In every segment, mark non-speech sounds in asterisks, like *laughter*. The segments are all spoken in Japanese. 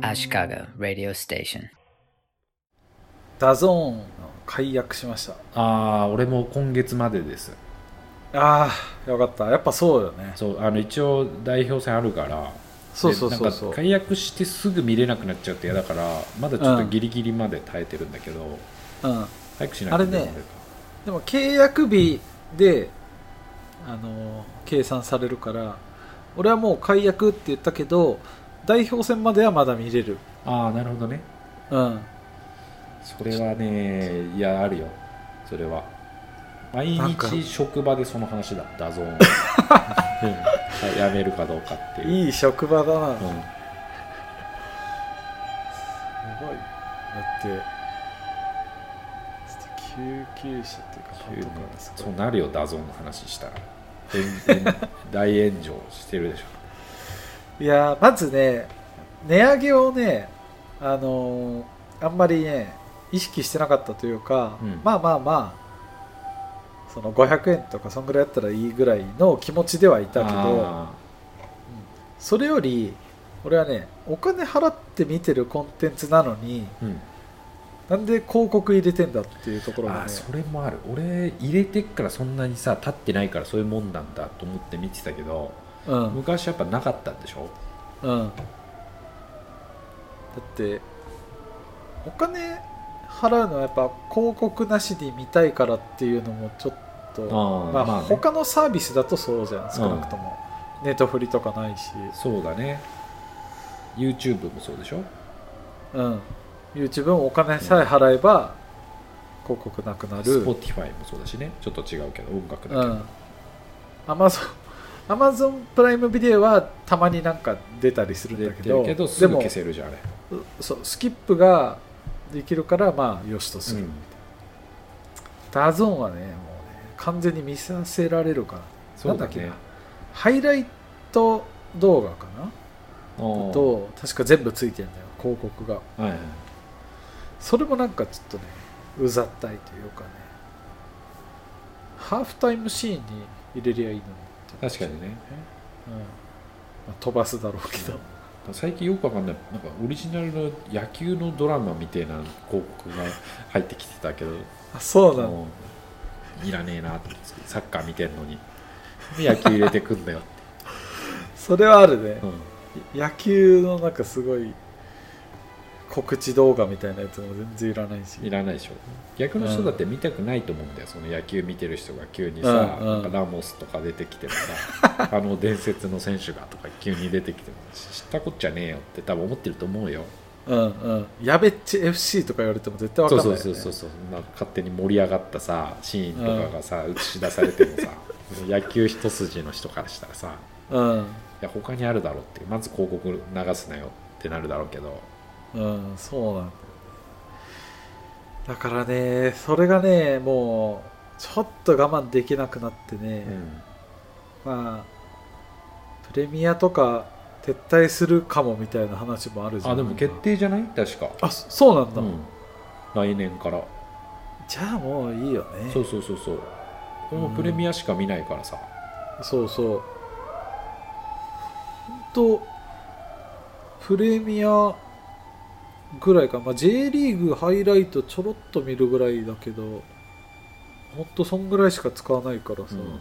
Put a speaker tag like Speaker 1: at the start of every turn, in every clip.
Speaker 1: Now Chicago Radio Station.
Speaker 2: ダゾーンを解約しました
Speaker 3: ああ俺も今月までです
Speaker 2: ああよかったやっぱそうよね
Speaker 3: そうあの一応代表戦あるから
Speaker 2: そうそうそうそ
Speaker 3: でなん
Speaker 2: う
Speaker 3: か解約してすぐ見れなくなっちゃうって嫌だからまだちょっとギリギリまで耐えてるんだけど、
Speaker 2: うん
Speaker 3: 早くしないと
Speaker 2: あれねでも契約日で、あのー計算されるから俺はもう解約って言ったけど代表戦まではまだ見れる
Speaker 3: ああなるほどね
Speaker 2: うん
Speaker 3: それはねいやあるよそれは毎
Speaker 2: なんか
Speaker 3: 日職場でその話だったぞうん *laughs* やめるかどうかっていう
Speaker 2: いい職場だな、
Speaker 3: う
Speaker 2: す
Speaker 3: ん
Speaker 2: ごいだって救急車っていうかパトカーがすごい
Speaker 3: そうなるよダゾーンの話したら炎炎大炎上してるでしょ
Speaker 2: いやーまずね値上げをねあのーあんまりね意識してなかったというか、
Speaker 3: うん
Speaker 2: まあまあまあその500円とかそんぐらいやったらいいぐらいの気持ちではいたけど
Speaker 3: あ
Speaker 2: それより俺はねお金払って見てるコンテンツなのに
Speaker 3: ー、うん
Speaker 2: なんで広告入れてんだっていうところ
Speaker 3: あ
Speaker 2: が
Speaker 3: ー
Speaker 2: ね
Speaker 3: それもある俺入れてっからそんなにさ立ってないからそういうもんなんだと思って見てたけど
Speaker 2: うん
Speaker 3: 昔やっぱなかったんでしょ
Speaker 2: うんだってお金払うのはやっぱ広告なしに見たいからっていうのもちょっと
Speaker 3: あー
Speaker 2: まあ、
Speaker 3: まあね
Speaker 2: 他のサービスだとそうじゃん少なくとも、ネットフリとかないし、
Speaker 3: そうだね YouTube もそうでしょ
Speaker 2: うん、YouTube もお金さえ払えば広告なくなる、うん、
Speaker 3: Spotify もそうだしねちょっと違うけど音楽だけど、
Speaker 2: Amazon, Amazon プライムビデオはたまになんか出たりするん
Speaker 3: 出
Speaker 2: だ
Speaker 3: て
Speaker 2: け
Speaker 3: る
Speaker 2: ど
Speaker 3: けどす
Speaker 2: で
Speaker 3: ぐ
Speaker 2: も
Speaker 3: 消せるじゃんあれ、
Speaker 2: そうスキップができるからまあよしとす
Speaker 3: う
Speaker 2: る、
Speaker 3: ん
Speaker 2: ダゾーンはねもうね完全に見させられるから
Speaker 3: そうだね
Speaker 2: なんだっハイライト動画かな
Speaker 3: おー
Speaker 2: と確か全部ついてるんだよ広告が
Speaker 3: はいはい
Speaker 2: それもなんかちょっとねうざったいというかねハーフタイムシーンに入れりゃいいのにって
Speaker 3: 確かにね
Speaker 2: うんまあ飛ばすだろうけど
Speaker 3: 最近よくわかんないなんかオリジナルの野球のドラマみたいな広告が入ってきてたけど
Speaker 2: あそうなんだ
Speaker 3: もういらねえなと思ってサッカー見てんのにで野球入れてくんだよって、
Speaker 2: それはあるね
Speaker 3: うん
Speaker 2: 野球のなんかすごい告知動画みたいなやつも全然いらないし
Speaker 3: いらないでしょ逆の人だって見たくないと思うんだよその野球見てる人が急に
Speaker 2: うん
Speaker 3: さ、
Speaker 2: うん
Speaker 3: なんかラモスとか出てきて
Speaker 2: *laughs*
Speaker 3: もさあの伝説の選手がとか急に出てきても知ったこっちゃねえよって多分思ってると思うよ
Speaker 2: うんうんやべっち FC とか言われても絶対わか
Speaker 3: そ
Speaker 2: ん
Speaker 3: う
Speaker 2: ない、
Speaker 3: そ
Speaker 2: ね、
Speaker 3: うそうそうそうなんか勝手に盛り上がったさシーンとかがさ、映し出されてもさ *laughs* 野球一筋の人からしたらさ
Speaker 2: うん
Speaker 3: いや他にあるだろうってまず広告流すなよってなるだろうけど
Speaker 2: うんそうなんだだからねそれがねもうちょっと我慢できなくなってね、まあプレミアとか撤退するかもみたいな話もあるじゃん
Speaker 3: あでも決定じゃない確か
Speaker 2: あそそうなんだ、
Speaker 3: うん来年から、
Speaker 2: じゃあもういいよね
Speaker 3: そうそうそうそうこれもプレミアしか見ないからさ、
Speaker 2: そうそうほんとプレミアぐらいか、まあ、J リーグハイライトちょろっと見るぐらいだけどほんとそんぐらいしか使わないからさ、
Speaker 3: うん
Speaker 2: ま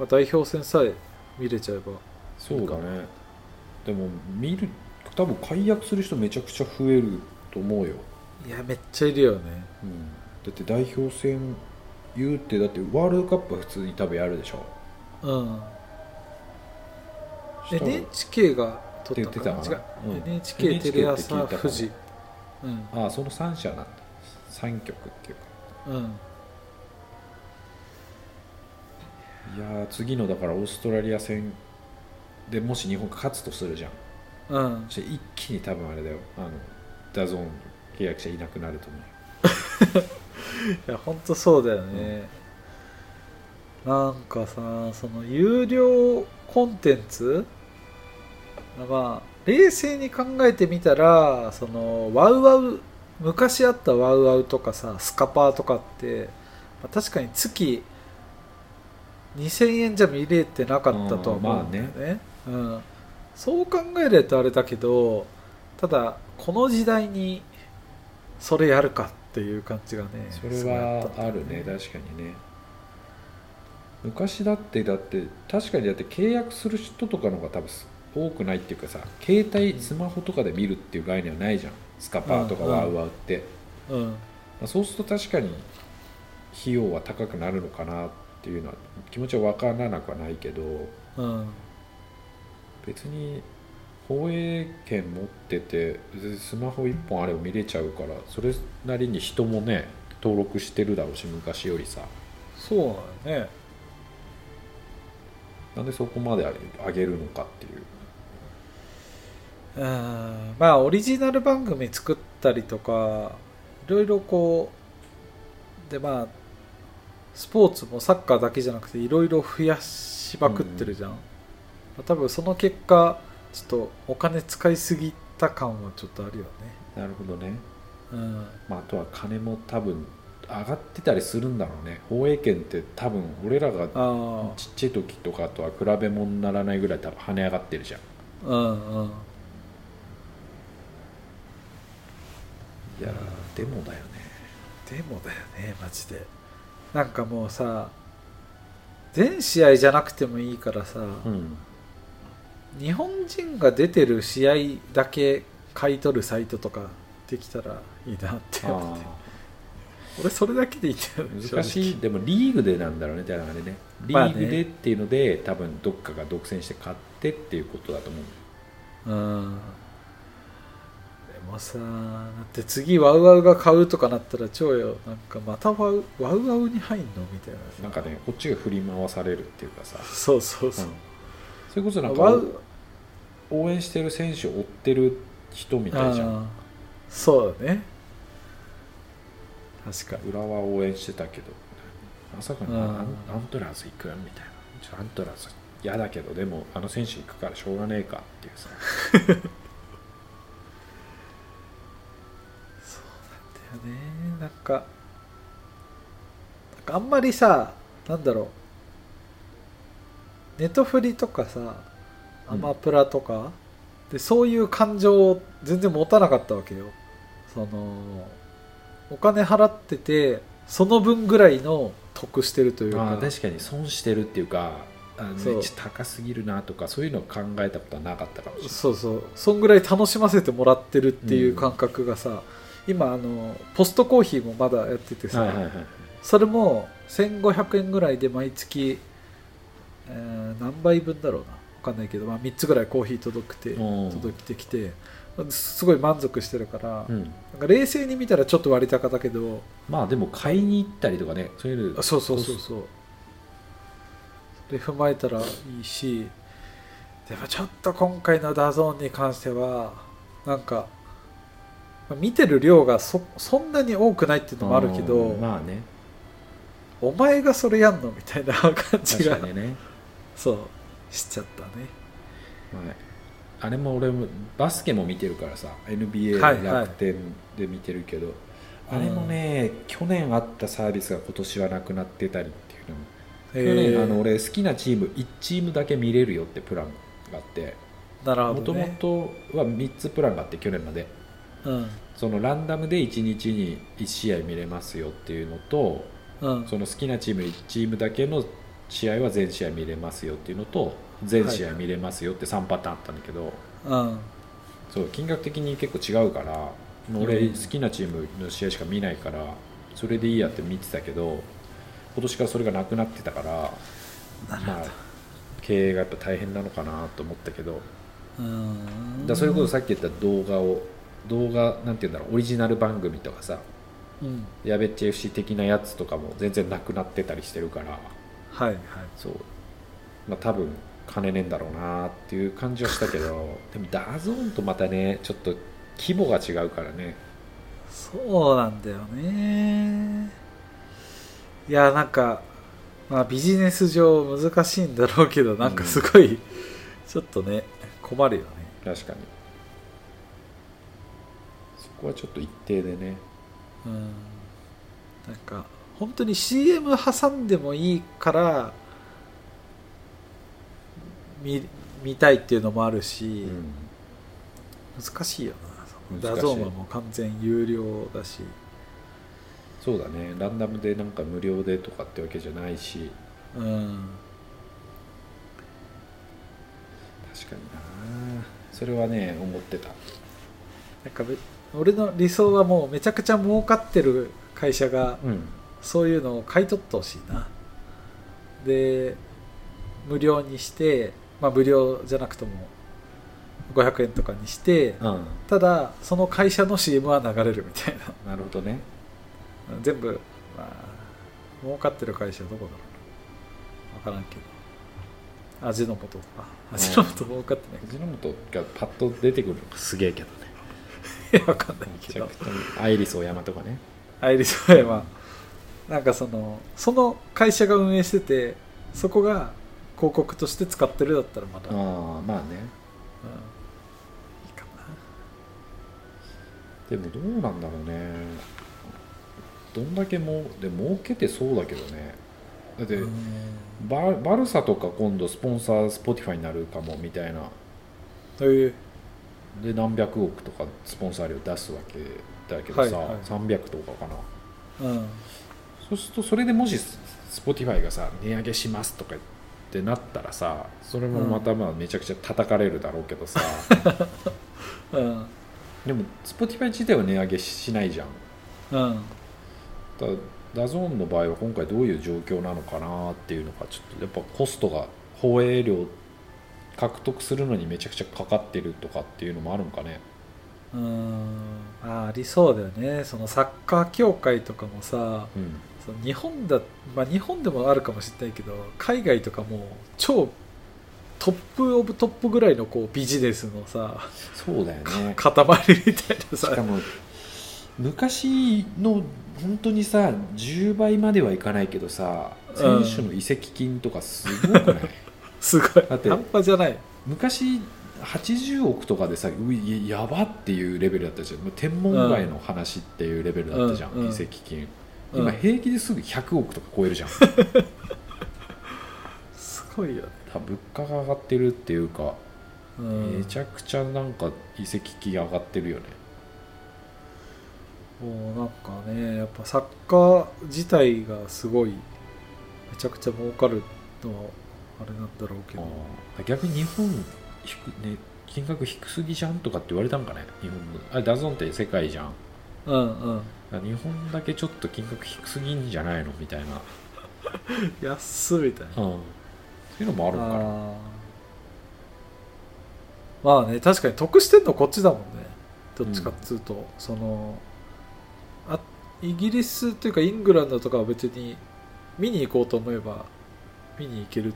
Speaker 2: あ、代表戦さえ見れちゃえば
Speaker 3: そうだねでも見る多分解約する人めちゃくちゃ増えると思うよ、
Speaker 2: いやめっちゃいるよね
Speaker 3: うん、だって代表戦言うってだってワールドカップは普通に多分やるでしょ
Speaker 2: うん
Speaker 3: したら
Speaker 2: NHK が撮った
Speaker 3: って言ってたか
Speaker 2: 違
Speaker 3: な
Speaker 2: う
Speaker 3: うん
Speaker 2: NHK テレ朝
Speaker 3: NHK って聞いたかも
Speaker 2: 富士うん
Speaker 3: ああその3社なんだ3局っていう
Speaker 2: う
Speaker 3: か
Speaker 2: ん
Speaker 3: いやー次のだからオーストラリア戦でもし日本が勝つとするじゃん
Speaker 2: うん
Speaker 3: そして一気に多分あれだよあのダゾーン契約者いなくなると思う
Speaker 2: いや本当そうだよね、なんかさその有料コンテンツまあ冷静に考えてみたらそのワウワウ昔あったワウワウとかさスカパーとかって、まあ確かに月2000円じゃ見れてなかったとは思うんだよね,、うんそう考えるとあれだけどただこの時代にそれやるかっていう感じがね
Speaker 3: それはあるね確かにね昔だってだって確かにだって契約する人とかの方が多分す多くないっていうかさ携帯スマホとかで見るっていう概念はないじゃんスカパーとか
Speaker 2: うん
Speaker 3: ワウワウって、
Speaker 2: すごいあったうん
Speaker 3: まあそうすると確かに費用は高くなるのかなっていうのは気持ちは分からなくはないけど
Speaker 2: うん
Speaker 3: 別に放映権持っててスマホ1本あれを見れちゃうからそれなりに人もね登録してるだろうし昔よりさ
Speaker 2: そうなんよね
Speaker 3: なんでそこまで上げるのかってい
Speaker 2: う
Speaker 3: う
Speaker 2: んまあオリジナル番組作ったりとかいろいろこうでまあスポーツもサッカーだけじゃなくていろいろ増やしまくってるじゃん、まあ多分その結果ちょっとお金使いすぎた感はちょっとあるよね
Speaker 3: なるほどね、
Speaker 2: うん
Speaker 3: まあ、あとは金も多分上がってたりするんだろうね放映権って多分俺らが
Speaker 2: あ
Speaker 3: ちっちゃい時とかとは比べ物にならないぐらい多分跳ね上がってるじゃん
Speaker 2: あうんうん
Speaker 3: いやでもだよね
Speaker 2: でもだよねマジでなんかもうさ全試合じゃなくてもいいからさ、
Speaker 3: *laughs* うん
Speaker 2: 日本人が出てる試合だけ買い取るサイトとかできたらいいなって思って俺それだけでいいんだよね
Speaker 3: 難しいでもリーグでなんだろうねだからあれねリ
Speaker 2: まあね
Speaker 3: ーグでっていうので、多分どっかが独占して買ってっていうことだと思う
Speaker 2: 正直うんでもさだって次ワウワウが買うとかなったら超よなんかまたワウワウワウに入んのみたいな
Speaker 3: なんかねこっちが振り回されるっていうかさ、
Speaker 2: そうそうそう
Speaker 3: うん、それこそなん
Speaker 2: ワ
Speaker 3: か
Speaker 2: ウ
Speaker 3: 応援してる選手を追ってる人みたいじゃん
Speaker 2: あーそうだね確かに
Speaker 3: 浦和応援してたけどまさかの
Speaker 2: うん
Speaker 3: アンアントラーズ行くみたいなちょアントラーズ嫌だけどでもあの選手行くからしょうがねえかっていうさ
Speaker 2: だよねなんかなんかあんまりさなんだろうネトフリとかさ
Speaker 3: うん
Speaker 2: アマプラとか、でそういう感情を全然持たなかったわけよそのお金払っててその分ぐらいの得してるという
Speaker 3: ま
Speaker 2: か
Speaker 3: あ確かに損してるっていうかあの
Speaker 2: そう
Speaker 3: めっちゃ高すぎるなとかそういうのを考えたことはなかったかもしれない
Speaker 2: そうそうそんぐらい楽しませてもらってるっていう感覚がさ、今あのポストコーヒーもまだやっててさ、
Speaker 3: はいはいはい
Speaker 2: それも1500円ぐらいで毎月、えー何杯分だろうな分かんないけど、まあ、3つぐらいコーヒー届くて
Speaker 3: うん
Speaker 2: 届いてきてすごい満足してるから、
Speaker 3: うん、
Speaker 2: なんか冷静に見たらちょっと割高だけど
Speaker 3: まあでも買いに行ったりとかねそういうの
Speaker 2: あそうそうそうそうそれ踏まえたらいいしでもちょっと今回のダゾーンに関してはなんかまあ見てる量がそそんなに多くないっていうのもあるけど、
Speaker 3: うんまあね
Speaker 2: お前がそれやんのみたいな感じ
Speaker 3: 確
Speaker 2: が
Speaker 3: かにね、
Speaker 2: そうしちゃったね
Speaker 3: はい、あれも俺もバスケも見てるからさ NBA
Speaker 2: はいはい
Speaker 3: 楽天で見てるけど、あれもね、去年あったサービスが今年はなくなってたりっていうのも去年、あの俺好きなチーム1チームだけ見れるよってプランがあって
Speaker 2: なるほ
Speaker 3: も
Speaker 2: ど
Speaker 3: とも
Speaker 2: ね
Speaker 3: とは3つプランがあって去年まで
Speaker 2: うん
Speaker 3: そのランダムで1日に1試合見れますよっていうのと
Speaker 2: うん
Speaker 3: その好きなチーム1チームだけの試合は全試合見れますよっていうのと全試合見れますよって3パターンあったんだけど、
Speaker 2: うん
Speaker 3: そう金額的に結構違うから俺
Speaker 2: うん
Speaker 3: 好きなチームの試合しか見ないからそれでいいやって見てたけど今年からそれがなくなってたからまあ経営がやっぱ大変なのかなと思ったけど
Speaker 2: うん
Speaker 3: だそれこそさっき言った動画を動画なんて言うんだろうオリジナル番組とかさ
Speaker 2: うん
Speaker 3: やべっち FC 的なやつとかも全然なくなってたりしてるから
Speaker 2: はいはい
Speaker 3: そうまあ多分金ねえんだろうなっていう感じはしたけ *laughs* どでもダゾーンとまたねちょっと規模が違うからね
Speaker 2: そうなんだよねいやなんかまあビジネス上難しいんだろうけどなんかすごい、ちょっとね困るよね
Speaker 3: 確かにそこはちょっと一定でね
Speaker 2: うんなんか本当に CM 挟んでもいいから見見たいっていうのもある
Speaker 3: う
Speaker 2: し、
Speaker 3: ん
Speaker 2: 難しいよな
Speaker 3: 難しい
Speaker 2: ダゾーンはもう完全有料だし
Speaker 3: そうだねランダムでなんか無料でとかってわけじゃないし
Speaker 2: うん
Speaker 3: 確かになそれはね思ってた
Speaker 2: なんかべ俺の理想はもうめちゃくちゃ儲かってる会社が
Speaker 3: うん
Speaker 2: そういうのを買い取ってほしいなで無料にしてまあ無料じゃなくとも500円とかにして
Speaker 3: うん
Speaker 2: ただその会社の CM は流れるみたいな *laughs*
Speaker 3: なるほどね
Speaker 2: 全部、まあ、儲かってる会社はどこだろうな分からんけど味の素とか味の素儲かってない
Speaker 3: 味の素がパッと出てくるのがすげえけどね
Speaker 2: いや *laughs* 分かんない
Speaker 3: め
Speaker 2: け
Speaker 3: ちゃ
Speaker 2: ど
Speaker 3: くちゃアイリスオーヤマとかね
Speaker 2: アイリスオーヤマなんかそのその会社が運営しててそこが広告として使ってるだったらまだ、うん、い
Speaker 3: ああまあね
Speaker 2: いか
Speaker 3: でもどうなんだろうねどんだけもで儲けてそうだけどねだって、
Speaker 2: な、うん
Speaker 3: ババルサとか今度スポンサースポティファイになるかもみたいな
Speaker 2: という
Speaker 3: で何百億とかスポンサー料出すわけだけどさ、
Speaker 2: はいはい
Speaker 3: 300とかかな
Speaker 2: うん
Speaker 3: そうするとそれでもしススポティファイがさ値上げしますとかってなったらさそれもまたまあめちゃくちゃ叩かれるだろうけ
Speaker 2: *laughs*
Speaker 3: どさ、
Speaker 2: うん
Speaker 3: でもスポティファイ自体は値上げしないじゃん
Speaker 2: うん
Speaker 3: ただダゾーンの場合は今回どういう状況なのかなっていうのがちょっとやっぱコストが放映料獲得するのにめちゃくちゃかかってるとかっていうのもあるんかね
Speaker 2: うんあありそうだよねそのサッカー協会とかもさ
Speaker 3: うん
Speaker 2: その日本だ、まあ、日本でもあるかもしれないけど海外とかもう超トップオブトップぐらいのこうビジネスのさ
Speaker 3: そうだよね
Speaker 2: 塊みたいな
Speaker 3: しか
Speaker 2: さ
Speaker 3: も昔の本当にさ10倍まではいかないけどさ選手の移籍金とかすごくない、
Speaker 2: すごい
Speaker 3: だって
Speaker 2: 半端じゃない
Speaker 3: 昔80億とかでさういやばっていうレベルだったじゃんもう天文外の話っていうレベルだったじゃん、
Speaker 2: うんうん
Speaker 3: 移籍金
Speaker 2: うん
Speaker 3: 今平気ですぐ100億とか超えるじ
Speaker 2: *laughs*
Speaker 3: ゃん
Speaker 2: すごいよね、
Speaker 3: 多分物価が上がってるっていうか、
Speaker 2: うん
Speaker 3: めちゃくちゃなんか移籍金が上がってるよね
Speaker 2: もうなんかねやっぱサッカー自体がすごいめちゃくちゃ儲かるのはあれなんだろうけど
Speaker 3: あー逆に日本低く、ね、金額低すぎじゃんとかって言われたんかね日本のあれダゾンって世界じゃん
Speaker 2: うんうん
Speaker 3: あ日本だけちょっと金額低すぎんじゃないのみたいな、
Speaker 2: 安っみたいな
Speaker 3: そういうのもあるのかな
Speaker 2: あーまあね確かに得してんのこっちだもんねどっちかっつうと、そのあイギリスというかイングランドとかは別に見に行こうと思えば見に行ける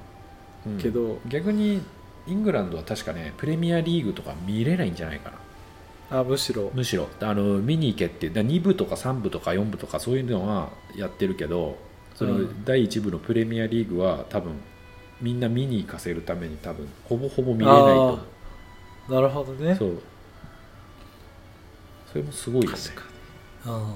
Speaker 3: うん
Speaker 2: けど、
Speaker 3: 逆にイングランドは確かねプレミアリーグとか見れないんじゃないかな
Speaker 2: あむしろ
Speaker 3: むしろあの見に行けってだ2部とか3部とか4部とかそういうのはやってるけどその
Speaker 2: うん
Speaker 3: 第1部のプレミアリーグは多分みんな見に行かせるために多分ほぼほぼ見れないと思う
Speaker 2: あなるほどね
Speaker 3: そうそれもすごいよね、
Speaker 2: 確かに、うん、あめっ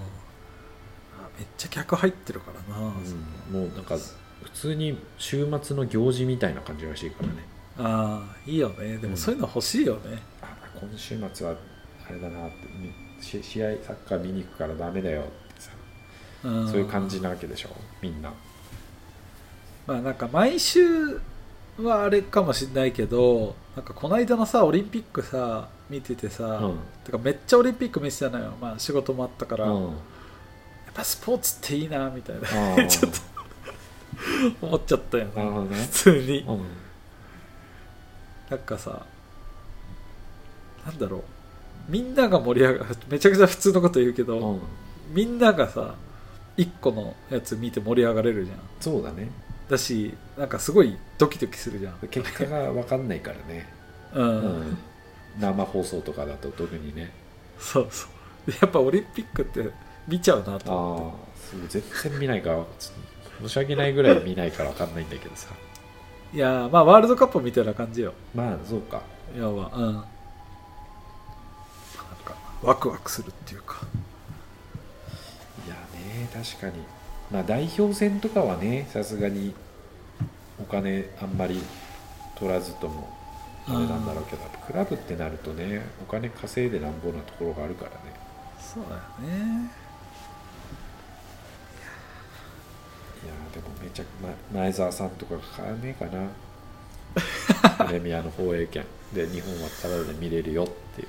Speaker 2: ちゃ客入ってるからな、
Speaker 3: うんもうなんか普通に週末の行事みたいな感じらしいからね
Speaker 2: ああいいよねで
Speaker 3: う
Speaker 2: も
Speaker 3: ん
Speaker 2: そういうの欲しいよね、
Speaker 3: あ今週末はあれだなってみし試合サッカー見に行くからダメだよってさ
Speaker 2: うん
Speaker 3: そういう感じなわけでしょみんな
Speaker 2: まあなんか毎週はあれかもしんないけどなんかこの間のさオリンピックさ見ててさ、
Speaker 3: うん
Speaker 2: てかめっちゃオリンピック見てたのよ、まあ、仕事もあったから、やっ
Speaker 3: うん
Speaker 2: ぱスポーツっていいなみたいな
Speaker 3: あー
Speaker 2: *laughs* ちょっ *laughs* 思っちゃったよね
Speaker 3: なるほどね
Speaker 2: 普通に
Speaker 3: うん
Speaker 2: なんかさなんだろうみんなが盛り上がるめちゃくちゃ普通のこと言うけど、
Speaker 3: うん
Speaker 2: みんながさ一個のやつ見て盛り上がれるじゃん
Speaker 3: そうだね
Speaker 2: だしなんかすごいドキドキするじゃん
Speaker 3: 結果が分かんないからね、う
Speaker 2: うん
Speaker 3: ん、生放送とかだと特にね
Speaker 2: そうそう。でやっぱオリンピックって見ちゃうなと
Speaker 3: あ
Speaker 2: 思っ
Speaker 3: あ全然見ないからちょっと申し訳ないぐらい見ないから分かんないんだけどさ
Speaker 2: て。いやー、まあワールドカップみたいな感じよ。
Speaker 3: まあそうか
Speaker 2: 要は。うん。なんか、ワクワクするっていうか。
Speaker 3: いやね確かにまあ代表戦とかはねさすがにお金あんまり取らずともあれなんだろうけど、クラブってなるとねお金稼いでなんぼなところがあるからね
Speaker 2: そうだよね
Speaker 3: いやーでもめちゃくま前澤さんとか買わねえか *laughs* なプレミアの放映権で日本はタダで見れるよっていう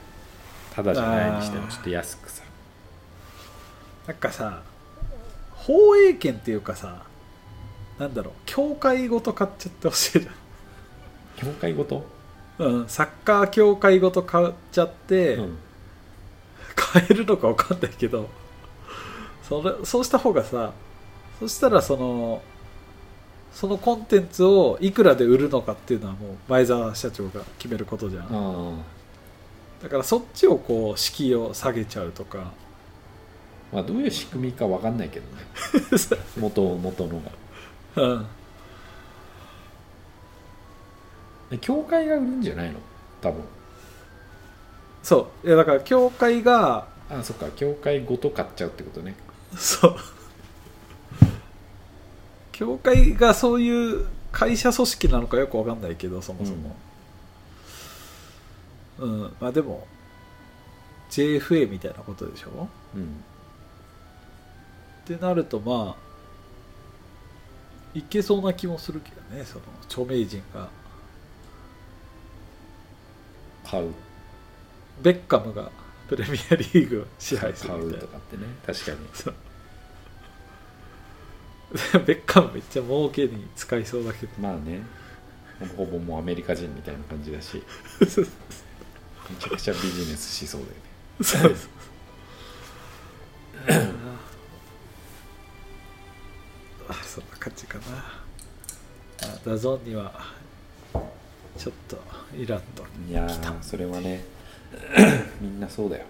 Speaker 3: タダじゃないにしてもちょっと安くさ
Speaker 2: なんかさ放映権っていうかさなんだろう協会ごと買っちゃってほしいじ
Speaker 3: 業界ごと、
Speaker 2: ゃん、うん、サッカー協会ごと買っちゃって、
Speaker 3: うん、
Speaker 2: 買えるのか分かんないけどそれそうした方がさそしたらそのそのコンテンツをいくらで売るのかっていうのはもう前澤社長が決めることじゃん、
Speaker 3: あ
Speaker 2: だからそっちをこう敷居を下げちゃうとか *laughs*
Speaker 3: まあどういう仕組みかわかんないけどね元元のが
Speaker 2: うん
Speaker 3: で教会が売るんじゃないの多分
Speaker 2: そういやだから協会が
Speaker 3: あそっか教会ごと買っちゃうってことね
Speaker 2: そう協会がそういう会社組織なのかよく分かんないけどそもそもうん、まあでも JFA みたいなことでしょ
Speaker 3: うん
Speaker 2: ってなるとまあいけそうな気もするけどねその著名人が
Speaker 3: 買う
Speaker 2: ベッカムがプレミアリーグを支
Speaker 3: 買
Speaker 2: 配するみ
Speaker 3: う
Speaker 2: たい
Speaker 3: と
Speaker 2: な
Speaker 3: かってね確かに
Speaker 2: そう *laughs* ベッカムめっちゃ儲けに使いそうだけど
Speaker 3: まあねほぼほぼもうアメリカ人みたいな感じだ *laughs* しめちゃくちゃビジネスしそうだよね
Speaker 2: そうですあそんな感じかなあダゾーンにはちょっとイラッと
Speaker 3: いやーそれはね *clears throat* みんなそうだよ